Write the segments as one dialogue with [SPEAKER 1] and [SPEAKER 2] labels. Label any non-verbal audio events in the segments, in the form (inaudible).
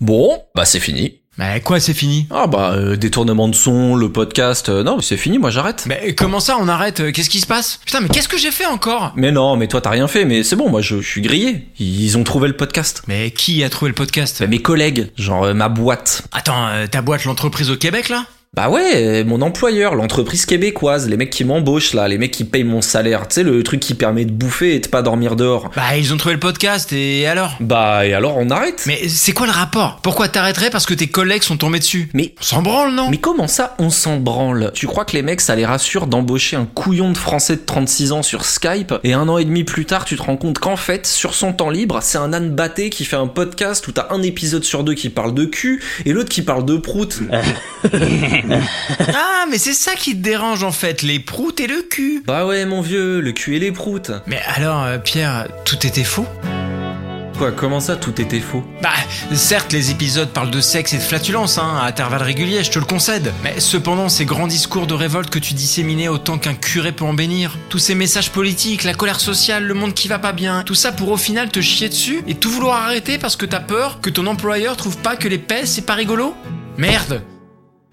[SPEAKER 1] Bon, bah c'est fini.
[SPEAKER 2] Mais quoi, c'est fini
[SPEAKER 1] Ah bah euh, détournement de son, le podcast, euh, non c'est fini, moi j'arrête.
[SPEAKER 2] Mais comment ça, on arrête Euh, Qu'est-ce qui se passe Putain, mais qu'est-ce que j'ai fait encore
[SPEAKER 1] Mais non, mais toi t'as rien fait, mais c'est bon, moi je, je suis grillé. Ils ont trouvé le podcast.
[SPEAKER 2] Mais qui a trouvé le podcast
[SPEAKER 1] Bah, mes collègues, genre euh, ma boîte.
[SPEAKER 2] Attends, euh, ta boîte, l'entreprise au Québec, là
[SPEAKER 1] Bah ouais, euh, mon employeur, l'entreprise québécoise, les mecs qui m'embauchent là, les mecs qui payent mon salaire, tu sais le truc qui permet de bouffer et de pas dormir dehors.
[SPEAKER 2] Bah, ils ont trouvé le podcast, et alors
[SPEAKER 1] Bah et alors on arrête
[SPEAKER 2] Mais c'est quoi le rapport Pourquoi t'arrêterais parce que tes collègues sont tombés dessus
[SPEAKER 1] Mais-
[SPEAKER 2] On s'en branle, non
[SPEAKER 1] Mais comment ça, on s'en branle Tu crois que les mecs, ça les rassure d'embaucher un couillon de français de 36 ans sur Skype et un an et demi plus tard, tu te rends compte qu'en fait, sur son temps libre, c'est un âne batté qui fait un podcast où t'as un épisode sur deux qui parle de cul et l'autre qui parle de prout.
[SPEAKER 2] (laughs) Ah, mais c'est ça qui te dérange, en fait, les proutes et le cul
[SPEAKER 1] bah ouais, mon vieux, le cul et les proutes.
[SPEAKER 2] Mais alors, euh, Pierre, tout était faux
[SPEAKER 1] Quoi, comment ça, tout était faux
[SPEAKER 2] Bah, certes, les épisodes parlent de sexe et de flatulence, hein, à intervalles réguliers, je te le concède. Mais cependant, ces grands discours de révolte que tu disséminais autant qu'un curé peut en bénir, tous ces messages politiques, la colère sociale, le monde qui va pas bien, tout ça pour au final te chier dessus et tout vouloir arrêter parce que t'as peur que ton employeur trouve pas que les paix c'est pas rigolo Merde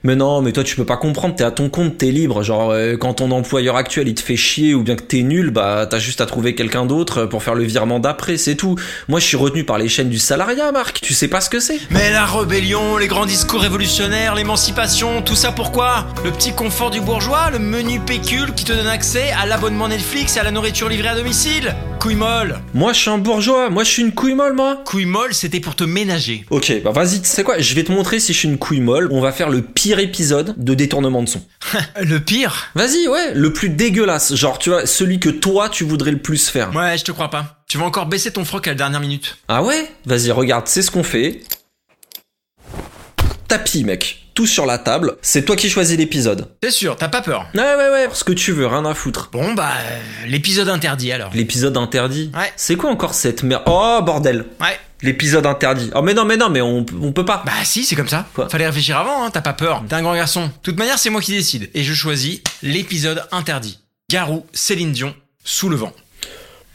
[SPEAKER 1] Mais non, mais toi tu peux pas comprendre, t'es à ton compte, t'es libre. Genre, euh, quand ton employeur actuel il te fait chier ou bien que t'es nul, bah t'as juste à trouver quelqu'un d'autre pour faire le virement d'après, c'est tout. Moi je suis retenu par les chaînes du salariat, Marc, tu sais pas ce que c'est.
[SPEAKER 2] Mais la rébellion, les grands discours révolutionnaires, l'émancipation, tout ça pourquoi Le petit confort du bourgeois, le menu pécule qui te donne accès à l'abonnement Netflix et à la nourriture livrée à domicile Couille molle
[SPEAKER 1] Moi je suis un bourgeois, moi je suis une couille molle, moi.
[SPEAKER 2] Couille molle, c'était pour te ménager.
[SPEAKER 1] Ok, bah vas-y, tu sais quoi, je vais te montrer si je suis une couille molle, on va faire le pire épisode de détournement de son.
[SPEAKER 2] Le pire
[SPEAKER 1] Vas-y, ouais, le plus dégueulasse, genre tu vois, celui que toi tu voudrais le plus faire.
[SPEAKER 2] Ouais, je te crois pas. Tu vas encore baisser ton froc à la dernière minute.
[SPEAKER 1] Ah ouais Vas-y, regarde, c'est ce qu'on fait. Tapis, mec. Tout sur la table. C'est toi qui choisis l'épisode.
[SPEAKER 2] T'es sûr, t'as pas peur
[SPEAKER 1] Ouais, ouais, ouais. Ce que tu veux, rien à foutre.
[SPEAKER 2] Bon bah, euh, l'épisode interdit alors.
[SPEAKER 1] L'épisode interdit.
[SPEAKER 2] Ouais.
[SPEAKER 1] C'est quoi encore cette merde Oh, bordel.
[SPEAKER 2] Ouais.
[SPEAKER 1] L'épisode interdit. Oh, mais non, mais non, mais on, on peut pas.
[SPEAKER 2] Bah si, c'est comme ça.
[SPEAKER 1] Quoi
[SPEAKER 2] Fallait réfléchir avant, hein, t'as pas peur. T'es un grand garçon. De toute manière, c'est moi qui décide. Et je choisis l'épisode interdit. Garou, Céline Dion, sous le vent.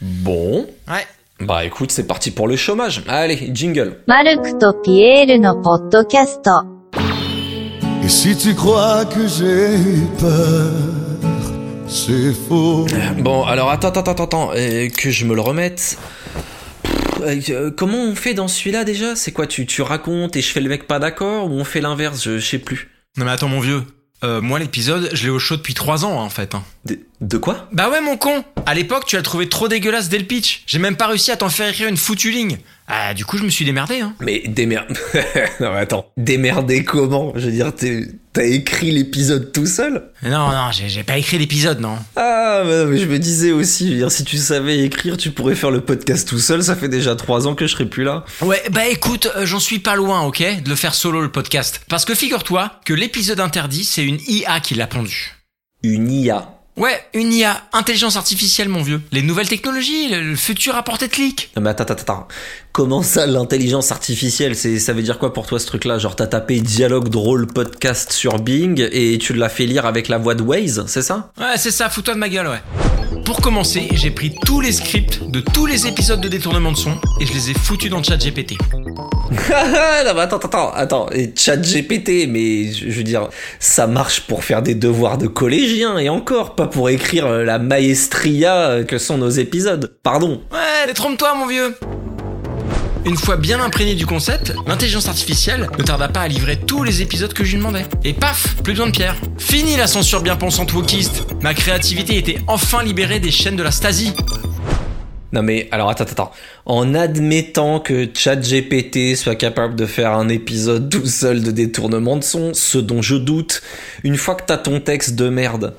[SPEAKER 1] Bon.
[SPEAKER 2] Ouais.
[SPEAKER 1] Bah écoute, c'est parti pour le chômage. Allez, jingle.
[SPEAKER 3] マルクとピエールのポッドキャスト。
[SPEAKER 4] Et si tu crois que j'ai peur, c'est faux.
[SPEAKER 1] Bon, alors attends, attends, attends, attends. euh, que je me le remette. Pff, euh, comment on fait dans celui-là déjà C'est quoi tu, tu racontes et je fais le mec pas d'accord ou on fait l'inverse Je je sais plus.
[SPEAKER 2] Non mais attends mon vieux. Euh, moi l'épisode, je l'ai au chaud depuis 3 ans hein, en fait. hein.
[SPEAKER 1] De- de quoi
[SPEAKER 2] Bah ouais mon con À l'époque, tu as trouvé trop dégueulasse dès le pitch. J'ai même pas réussi à t'en faire écrire une foutue ligne. Ah du coup, je me suis démerdé hein.
[SPEAKER 1] Mais démerde. (laughs) non, mais attends. Démerder comment Je veux dire, t'es- t'as écrit l'épisode tout seul
[SPEAKER 2] Non, non, j'ai j'ai pas écrit l'épisode, non.
[SPEAKER 1] Ah, mais, non, mais je me disais aussi, je veux dire, si tu savais écrire, tu pourrais faire le podcast tout seul. Ça fait déjà trois ans que je serais plus là.
[SPEAKER 2] Ouais, bah écoute, euh, j'en suis pas loin, ok, de le faire solo le podcast. Parce que figure-toi que l'épisode interdit, c'est une IA qui l'a pondu.
[SPEAKER 1] Une IA.
[SPEAKER 2] Ouais, une IA, intelligence artificielle, mon vieux. Les nouvelles technologies, le, le futur à portée de clic.
[SPEAKER 1] Non, mais attends, attends, attends. Comment ça, l'intelligence artificielle C'est, ça veut dire quoi pour toi ce truc-là Genre, t'as tapé dialogue drôle podcast sur Bing et tu l'as fait lire avec la voix de Waze, c'est ça
[SPEAKER 2] Ouais, c'est ça, fous-toi de ma gueule, ouais. Pour commencer, j'ai pris tous les scripts de tous les épisodes de détournement de son et je les ai foutus dans le chat GPT.
[SPEAKER 1] Ah, (laughs) non, mais attends, attends, attends. Et chat GPT, mais je, je veux dire, ça marche pour faire des devoirs de collégiens et encore, pas pour écrire euh, la maestria euh, que sont nos épisodes. Pardon.
[SPEAKER 2] Ouais, détrompe-toi, mon vieux une fois bien imprégné du concept, l'intelligence artificielle ne tarda pas à livrer tous les épisodes que je lui demandais. Et paf, plus besoin de Pierre. Fini la censure bien pensante wokiste. Ma créativité était enfin libérée des chaînes de la Stasi.
[SPEAKER 1] Non, mais alors, attends, attends. En admettant que chat GPT soit capable de faire un épisode tout seul de détournement de son, ce dont je doute, une fois que t'as ton texte de merde.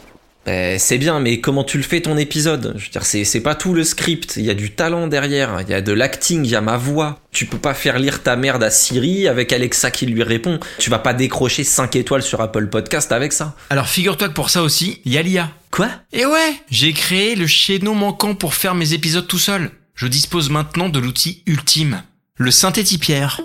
[SPEAKER 1] euh, c'est bien, mais comment tu le fais ton épisode Je veux dire, c'est c'est pas tout le script. Il y a du talent derrière, il y a de l'acting, il y a ma voix. Tu peux pas faire lire ta merde à Siri avec Alexa qui lui répond. Tu vas pas décrocher 5 étoiles sur Apple Podcast avec ça.
[SPEAKER 2] Alors figure-toi que pour ça aussi, il y a l'IA.
[SPEAKER 1] Quoi
[SPEAKER 2] Et ouais, j'ai créé le chaînon manquant pour faire mes épisodes tout seul. Je dispose maintenant de l'outil ultime, le synthétipière.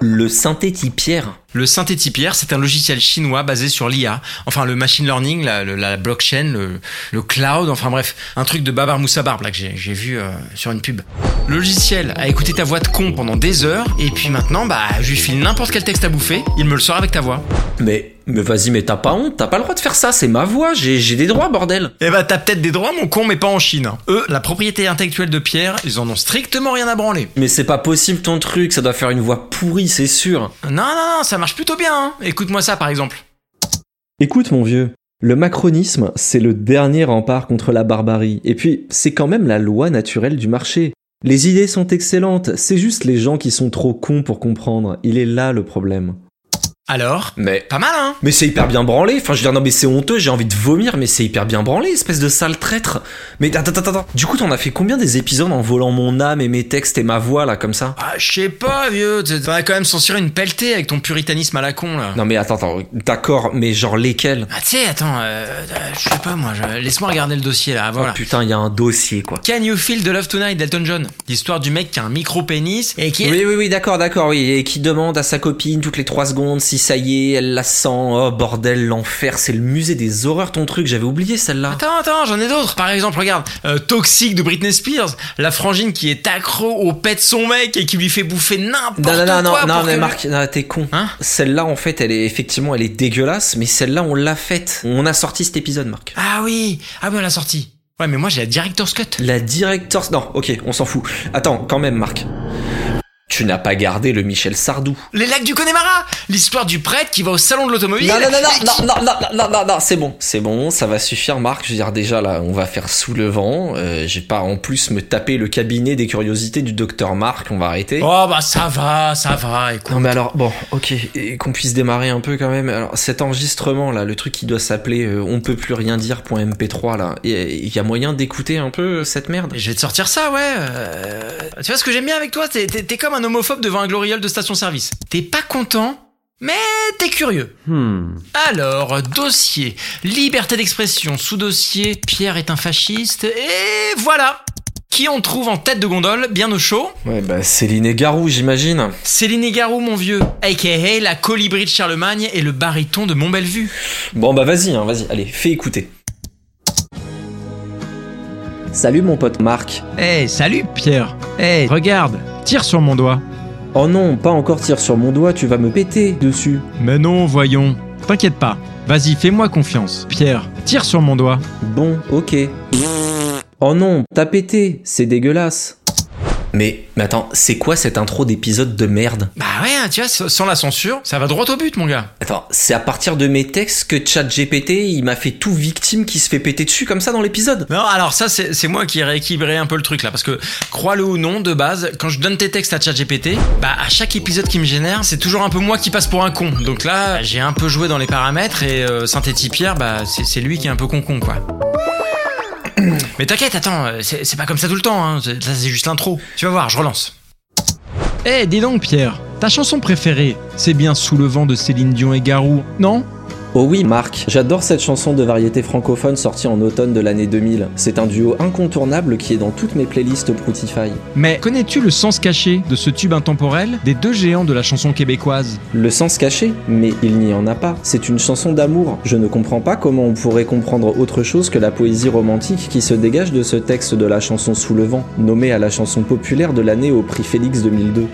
[SPEAKER 1] Le synthétipierre.
[SPEAKER 2] Le synthétipierre, c'est un logiciel chinois basé sur l'IA, enfin le machine learning, la, le- la blockchain, le, le cloud, enfin bref, un truc de Babar Moussa Barbe là que j'ai j'ai vu euh, sur une pub. Le logiciel a écouté ta voix de con pendant des heures, et puis maintenant, bah, je lui file n'importe quel texte à bouffer, il me le sort avec ta voix.
[SPEAKER 1] Mais, mais vas-y, mais t'as pas honte, t'as pas le droit de faire ça, c'est ma voix, j'ai j'ai des droits, bordel.
[SPEAKER 2] Eh bah t'as peut-être des droits mon con mais pas en Chine. hein. Eux, la propriété intellectuelle de Pierre, ils en ont strictement rien à branler.
[SPEAKER 1] Mais c'est pas possible ton truc, ça doit faire une voix pourrie, c'est sûr.
[SPEAKER 2] Non non non, ça marche plutôt bien. hein. Écoute-moi ça par exemple.
[SPEAKER 1] Écoute mon vieux, le macronisme, c'est le dernier rempart contre la barbarie. Et puis, c'est quand même la loi naturelle du marché. Les idées sont excellentes, c'est juste les gens qui sont trop cons pour comprendre. Il est là le problème.
[SPEAKER 2] Alors,
[SPEAKER 1] Mais...
[SPEAKER 2] pas mal hein
[SPEAKER 1] Mais c'est hyper bien branlé, enfin je veux dire non mais c'est honteux, j'ai envie de vomir mais c'est hyper bien branlé, espèce de sale traître. Mais attends, attends, attends, du coup t'en as fait combien des épisodes en volant mon âme et mes textes et ma voix là comme ça
[SPEAKER 2] Ah je sais pas vieux, t'en as quand même censuré une pelletée avec ton puritanisme à la con là.
[SPEAKER 1] Non mais attends, attends, d'accord, mais genre lesquels
[SPEAKER 2] Ah tu sais attends, euh, euh, je sais pas moi, je- laisse-moi regarder le dossier là, voilà.
[SPEAKER 1] Oh, Putain, il y a un dossier quoi.
[SPEAKER 2] Can You Feel the Love Tonight d'Elton John L'histoire du mec qui a un micro-pénis et qui...
[SPEAKER 1] Oui, oui, oui, d'accord, d'accord, oui. Et qui demande à sa copine toutes les trois secondes si ça y est, elle la sent. Oh, bordel, l'enfer, c'est le musée des horreurs, ton truc, j'avais oublié celle-là.
[SPEAKER 2] Attends, attends, j'en ai d'autres. Par exemple, regarde, euh, Toxic de Britney Spears, la frangine qui est accro au pet de son mec et qui lui fait bouffer n'importe
[SPEAKER 1] Non, non,
[SPEAKER 2] quoi.
[SPEAKER 1] non, non, non,
[SPEAKER 2] pour
[SPEAKER 1] mais
[SPEAKER 2] que-
[SPEAKER 1] Marc, non, t'es con.
[SPEAKER 2] Hein
[SPEAKER 1] celle-là, en fait, elle est effectivement, elle est dégueulasse, mais celle-là, on l'a faite. On a sorti cet épisode, Marc.
[SPEAKER 2] Ah oui, ah oui, on l'a sortie. Ouais, mais moi j'ai la Director's Cut.
[SPEAKER 1] La director's. Non, ok, on s'en fout. Attends, quand même, Marc. Tu n'as pas gardé le Michel Sardou.
[SPEAKER 2] Les lacs du Connemara, l'histoire du prêtre qui va au salon de l'automobile.
[SPEAKER 1] Non, non, non,
[SPEAKER 2] et qui-
[SPEAKER 1] non, non, non, non, non, non, non, c'est bon, c'est bon, ça va suffire, Marc. Je veux dire, déjà, là, on va faire sous le vent. Euh, J'ai pas en plus me taper le cabinet des curiosités du docteur Marc, on va arrêter.
[SPEAKER 2] Oh bah ça va, ça va, écoute.
[SPEAKER 1] Non, mais alors, bon, ok, et qu'on puisse démarrer un peu quand même. Alors, cet enregistrement, là, le truc qui doit s'appeler euh, on peut plus rien dire.mp3, là, il y a moyen d'écouter un peu euh, cette merde
[SPEAKER 2] Et Je vais te sortir ça, ouais. euh, Tu vois ce que j'aime bien avec toi, t'es- t'es t'es comme un homophobe devant un gloriole de station-service. T'es pas content, mais t'es curieux. Hmm. Alors, dossier, liberté d'expression, sous-dossier, Pierre est un fasciste, et voilà Qui on trouve en tête de gondole, bien au chaud
[SPEAKER 1] Ouais, bah, Céline et Garou, j'imagine.
[SPEAKER 2] Céline Garou, mon vieux, aka la colibri de Charlemagne et le baryton de Montbellevue.
[SPEAKER 1] Bon bah vas-y, hein, vas-y, allez, fais écouter. Salut mon pote Marc.
[SPEAKER 2] Eh, salut Pierre Eh, regarde, tire sur mon doigt.
[SPEAKER 1] Oh non, pas encore tire sur mon doigt, tu vas me péter dessus.
[SPEAKER 2] Mais non, voyons, t'inquiète pas. Vas-y, fais-moi confiance. Pierre, tire sur mon doigt.
[SPEAKER 1] Bon, ok. Oh non, t'as pété, c'est dégueulasse. Mais, mais attends, c'est quoi cette intro d'épisode de merde
[SPEAKER 2] Bah ouais, tu vois, s- sans la censure, ça va droit au but, mon gars.
[SPEAKER 1] Attends, c'est à partir de mes textes que ChatGPT, il m'a fait tout victime qui se fait péter dessus comme ça dans l'épisode
[SPEAKER 2] (laughs) Non, alors ça, c'est c'est moi qui ai rééquilibré un peu le truc là, parce que crois-le ou non, de base, quand je donne tes textes à ChatGPT, bah à chaque épisode qui me génère, c'est toujours un peu moi qui passe pour un con. Donc là, j'ai un peu joué dans les paramètres et euh, Synthéti Pierre, bah c'est c'est lui qui est un peu con-con quoi. (coughs) Mais t'inquiète, attends, euh, c'est c'est pas comme ça tout le temps, hein. c'est- ça c'est juste l'intro. Tu vas voir, je relance. Eh, dis donc Pierre, ta chanson préférée, c'est bien Sous le vent de Céline Dion et Garou, non
[SPEAKER 1] Oh oui, Marc, j'adore cette chanson de variété francophone sortie en automne de l'année 2000. C'est un duo incontournable qui est dans toutes mes playlists Proutify.
[SPEAKER 2] Mais connais-tu le sens caché de ce tube intemporel des deux géants de la chanson québécoise
[SPEAKER 1] Le sens caché, mais il n'y en a pas. C'est une chanson d'amour. Je ne comprends pas comment on pourrait comprendre autre chose que la poésie romantique qui se dégage de ce texte de la chanson Sous le vent, nommée à la chanson populaire de l'année au prix Félix 2002.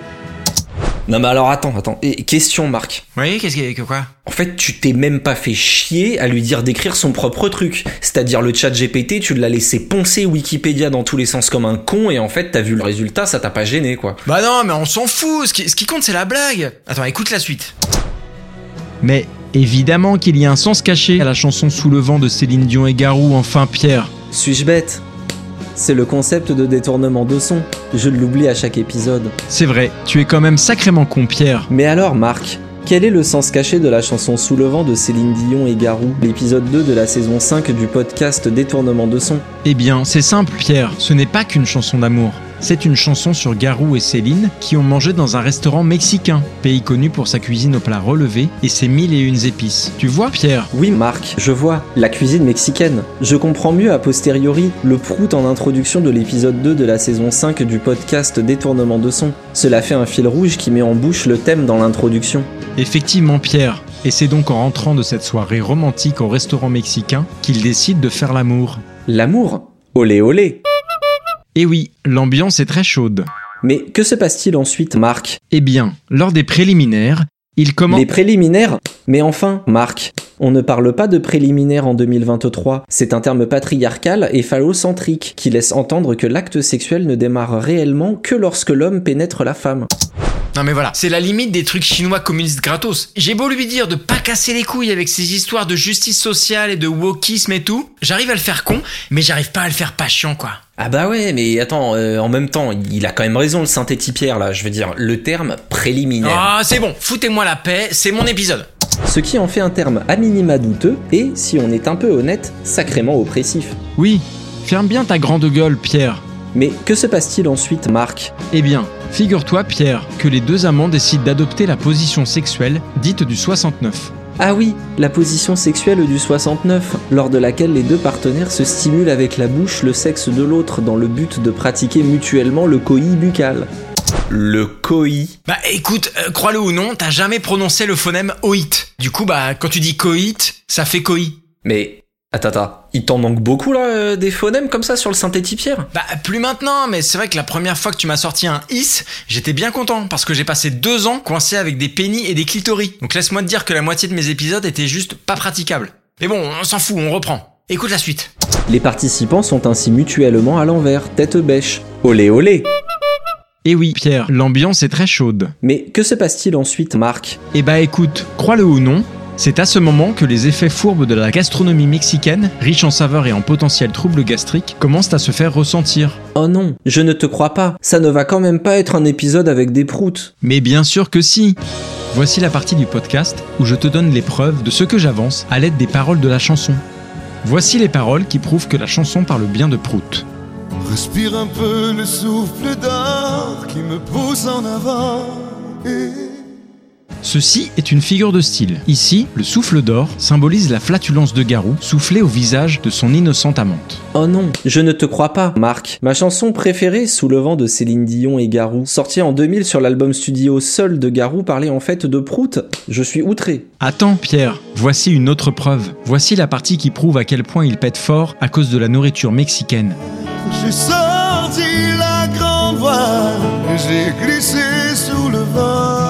[SPEAKER 1] Non mais alors attends, attends. Et question Marc.
[SPEAKER 2] Oui, qu'est-ce que, que quoi
[SPEAKER 1] En fait, tu t'es même pas fait chier à lui dire d'écrire son propre truc. C'est-à-dire le chat GPT, tu l'as laissé poncer Wikipédia dans tous les sens comme un con et en fait, t'as vu le résultat, ça t'a pas gêné quoi.
[SPEAKER 2] Bah non, mais on s'en fout, ce qui, ce qui compte c'est la blague. Attends, écoute la suite.
[SPEAKER 5] Mais évidemment qu'il y a un sens caché à la chanson Sous le vent de Céline Dion et Garou, enfin Pierre.
[SPEAKER 1] Suis-je bête C'est le concept de détournement de son. Je l'oublie à chaque épisode.
[SPEAKER 5] C'est vrai, tu es quand même sacrément con Pierre.
[SPEAKER 1] Mais alors, Marc, quel est le sens caché de la chanson Sous le vent de Céline Dion et Garou, l'épisode 2 de la saison 5 du podcast Détournement de son
[SPEAKER 5] Eh bien, c'est simple Pierre, ce n'est pas qu'une chanson d'amour.
[SPEAKER 2] C'est une chanson sur Garou et Céline qui ont mangé dans un restaurant mexicain, pays connu pour sa cuisine aux plats relevés et ses mille et une épices. Tu vois, Pierre
[SPEAKER 1] Oui, Marc, je vois, la cuisine mexicaine. Je comprends mieux a posteriori le prout en introduction de l'épisode 2 de la saison 5 du podcast Détournement de son. Cela fait un fil rouge qui met en bouche le thème dans l'introduction.
[SPEAKER 2] Effectivement, Pierre. Et c'est donc en rentrant de cette soirée romantique au restaurant mexicain qu'il décide de faire l'amour.
[SPEAKER 1] L'amour Olé olé
[SPEAKER 2] Et oui, l'ambiance est très chaude.
[SPEAKER 1] Mais que se passe-t-il ensuite, Marc
[SPEAKER 2] Eh bien, lors des préliminaires, il commence...
[SPEAKER 1] Les préliminaires Mais enfin, Marc, on ne parle pas de préliminaires en 2023. C'est un terme patriarcal et phallocentrique qui laisse entendre que l'acte sexuel ne démarre réellement que lorsque l'homme pénètre la femme.
[SPEAKER 6] Non mais voilà, c'est la limite des trucs chinois communistes gratos. J'ai beau lui dire de pas casser les couilles avec ces histoires de justice sociale et de wokisme et tout, j'arrive à le faire con, mais j'arrive pas à le faire pas chiant quoi.
[SPEAKER 7] Ah bah ouais, mais attends, euh, en même temps, il a quand même raison le synthétique Pierre là, je veux dire, le terme préliminaire.
[SPEAKER 6] Ah c'est bon, foutez-moi la paix, c'est mon épisode.
[SPEAKER 1] Ce qui en fait un terme à minima douteux et, si on est un peu honnête, sacrément oppressif.
[SPEAKER 2] Oui, ferme bien ta grande gueule, Pierre.
[SPEAKER 1] Mais que se passe-t-il ensuite, Marc
[SPEAKER 2] Eh bien, figure-toi, Pierre, que les deux amants décident d'adopter la position sexuelle dite du 69.
[SPEAKER 1] Ah oui, la position sexuelle du 69, lors de laquelle les deux partenaires se stimulent avec la bouche le sexe de l'autre dans le but de pratiquer mutuellement le coït buccal.
[SPEAKER 7] Le coït.
[SPEAKER 6] Bah écoute, euh, crois-le ou non, t'as jamais prononcé le phonème oït. Du coup, bah quand tu dis coït, ça fait coït.
[SPEAKER 7] Mais attends, attends, il t'en manque beaucoup là euh, des phonèmes comme ça sur le synthétique Pierre
[SPEAKER 6] Bah plus maintenant, mais c'est vrai que la première fois que tu m'as sorti un is, j'étais bien content parce que j'ai passé deux ans coincé avec des pénis et des clitoris. Donc laisse-moi te dire que la moitié de mes épisodes étaient juste pas praticables. Mais bon, on s'en fout, on reprend. Écoute la suite.
[SPEAKER 1] Les participants sont ainsi mutuellement à l'envers, tête bêche. Olé olé
[SPEAKER 2] Eh oui, Pierre, l'ambiance est très chaude.
[SPEAKER 1] Mais que se passe-t-il ensuite, Marc
[SPEAKER 2] Eh bah écoute, crois-le ou non, c'est à ce moment que les effets fourbes de la gastronomie mexicaine, riche en saveurs et en potentiels troubles gastriques, commencent à se faire ressentir.
[SPEAKER 1] Oh non, je ne te crois pas, ça ne va quand même pas être un épisode avec des proutes.
[SPEAKER 2] Mais bien sûr que si Voici la partie du podcast où je te donne les preuves de ce que j'avance à l'aide des paroles de la chanson. Voici les paroles qui prouvent que la chanson parle bien de Prout.
[SPEAKER 4] Respire un peu le souffle d'art qui me pousse en avant. Et...
[SPEAKER 2] Ceci est une figure de style. Ici, le souffle d'or symbolise la flatulence de Garou soufflée au visage de son innocente amante.
[SPEAKER 1] Oh non, je ne te crois pas, Marc. Ma chanson préférée, Sous le vent de Céline Dion et Garou, sortie en 2000 sur l'album studio Seul de Garou, parlait en fait de Prout. Je suis outré.
[SPEAKER 2] Attends, Pierre, voici une autre preuve. Voici la partie qui prouve à quel point il pète fort à cause de la nourriture mexicaine.
[SPEAKER 4] J'ai sorti la grande voile et j'ai glissé sous le vent.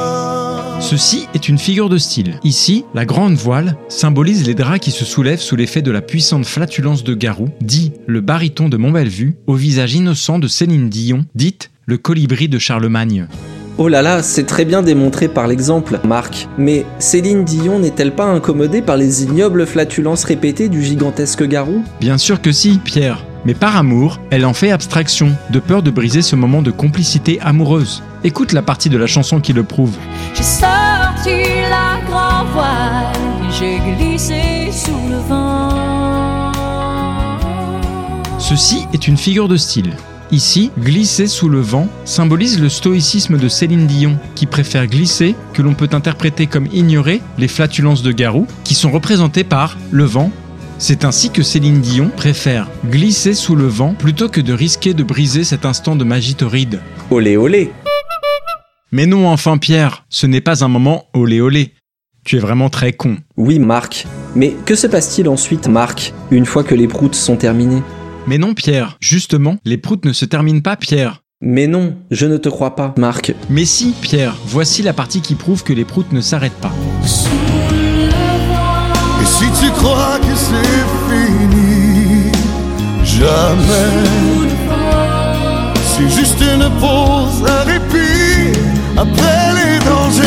[SPEAKER 2] Ceci est une figure de style. Ici, la grande voile symbolise les draps qui se soulèvent sous l'effet de la puissante flatulence de Garou, dit le baryton de Montbellevue, au visage innocent de Céline Dion, dite le colibri de Charlemagne.
[SPEAKER 1] Oh là là, c'est très bien démontré par l'exemple, Marc. Mais Céline Dion n'est-elle pas incommodée par les ignobles flatulences répétées du gigantesque Garou
[SPEAKER 2] Bien sûr que si, Pierre. Mais par amour, elle en fait abstraction, de peur de briser ce moment de complicité amoureuse. Écoute la partie de la chanson qui le prouve.
[SPEAKER 8] J'ai sorti la grand voile et j'ai glissé sous le vent.
[SPEAKER 2] Ceci est une figure de style. Ici, glisser sous le vent symbolise le stoïcisme de Céline Dion, qui préfère glisser, que l'on peut interpréter comme ignorer, les flatulences de Garou, qui sont représentées par le vent. C'est ainsi que Céline Dion préfère glisser sous le vent plutôt que de risquer de briser cet instant de magie torride.
[SPEAKER 1] Olé olé
[SPEAKER 2] Mais non, enfin Pierre, ce n'est pas un moment olé olé. Tu es vraiment très con.
[SPEAKER 1] Oui, Marc. Mais que se passe-t-il ensuite, Marc, une fois que les proutes sont terminées
[SPEAKER 2] Mais non, Pierre, justement, les proutes ne se terminent pas, Pierre.
[SPEAKER 1] Mais non, je ne te crois pas, Marc.
[SPEAKER 2] Mais si, Pierre, voici la partie qui prouve que les proutes ne s'arrêtent pas.
[SPEAKER 4] Et si tu crois que c'est fini, jamais. C'est juste une pause, un répit après les dangers.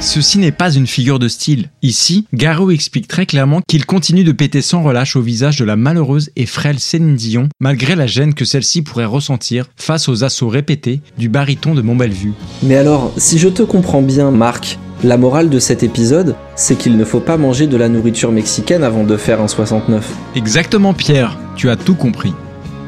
[SPEAKER 2] Ceci n'est pas une figure de style. Ici, Garou explique très clairement qu'il continue de péter sans relâche au visage de la malheureuse et frêle Céline Dion, malgré la gêne que celle-ci pourrait ressentir face aux assauts répétés du baryton de Montbellevue.
[SPEAKER 1] Mais alors, si je te comprends bien, Marc, la morale de cet épisode, c'est qu'il ne faut pas manger de la nourriture mexicaine avant de faire un 69.
[SPEAKER 2] Exactement, Pierre, tu as tout compris.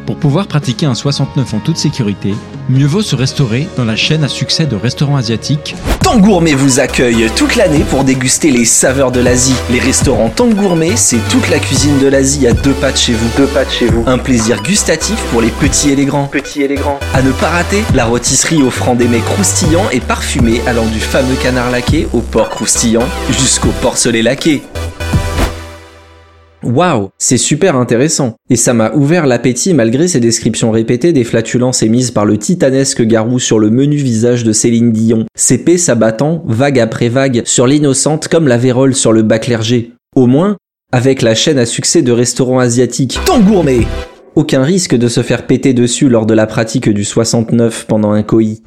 [SPEAKER 5] Pour pouvoir pratiquer un 69 en toute sécurité, mieux vaut se restaurer dans la chaîne à succès de restaurants asiatiques
[SPEAKER 9] Tangourmet vous accueille toute l'année pour déguster les saveurs de l'Asie. Les restaurants Tangourmet, c'est toute la cuisine de l'Asie à deux pas de chez vous. Deux pas de chez vous. Un plaisir gustatif pour les petits et les grands. Petits et les grands. À ne pas rater, la rôtisserie offrant des mets croustillants et parfumés allant du fameux canard laqué au porc croustillant jusqu'au porcelet laqué. Waouh, c'est super intéressant. Et ça m'a ouvert l'appétit malgré ces descriptions répétées des flatulences émises par le titanesque garou sur le menu visage de Céline Dion, s'épée s'abattant, vague après vague, sur l'innocente comme la vérole sur le bas clergé. Au moins, avec la chaîne à succès de restaurants asiatiques. Tant gourmet Aucun risque de se faire péter dessus lors de la pratique du 69 pendant un coït.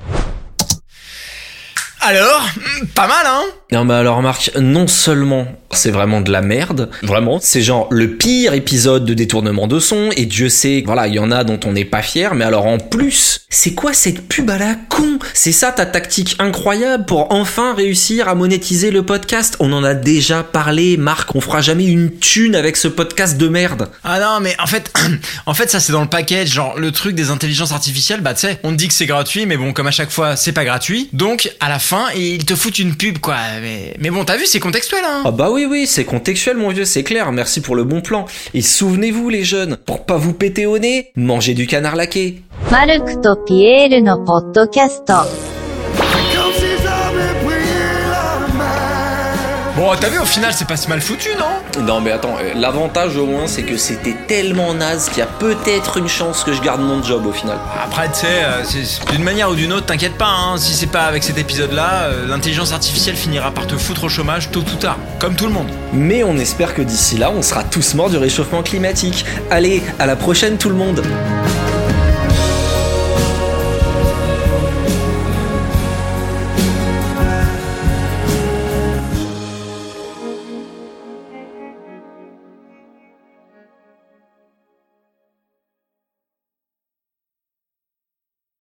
[SPEAKER 2] Alors, hmm, pas mal, hein
[SPEAKER 1] Non mais alors Marc, non seulement c'est vraiment de la merde, vraiment, c'est genre le pire épisode de détournement de son, et Dieu sait, voilà, il y en a dont on n'est pas fier, mais alors en plus, c'est quoi cette pub à la con C'est ça ta tactique incroyable pour enfin réussir à monétiser le podcast On en a déjà parlé, Marc, on fera jamais une thune avec ce podcast de merde.
[SPEAKER 2] Ah non, mais en fait, (clears throat) en fait, ça c'est dans le package, genre le truc des intelligences artificielles, bah tu sais, on te dit que c'est gratuit, mais bon, comme à chaque fois, c'est pas gratuit, donc à la fin, ils te foutent une pub, quoi. Mais, mais bon, t'as vu, c'est contextuel, hein
[SPEAKER 1] Ah bah oui oui, c'est contextuel mon vieux, c'est clair, merci pour le bon plan. Et souvenez-vous les jeunes, pour pas vous péter au nez, mangez du canard laqué.
[SPEAKER 3] マルクとピエールのポッドキャスト
[SPEAKER 4] Comme si j'avais prié la mer.
[SPEAKER 2] Bon, t'as vu, au final, c'est pas si mal foutu, non
[SPEAKER 1] Non mais attends, euh, l'avantage au moins c'est que c'était tellement naze qu'il y a peut-être une chance que je garde mon job au final.
[SPEAKER 2] Après, tu sais, euh, c'est- c'est- d'une manière ou d'une autre, t'inquiète pas, hein, si c'est pas avec cet épisode-là, euh, l'intelligence artificielle finira par te foutre au chômage tôt ou tard, comme tout le monde.
[SPEAKER 1] Mais on espère que d'ici là, on sera tous morts du réchauffement climatique. Allez, à la prochaine tout le monde.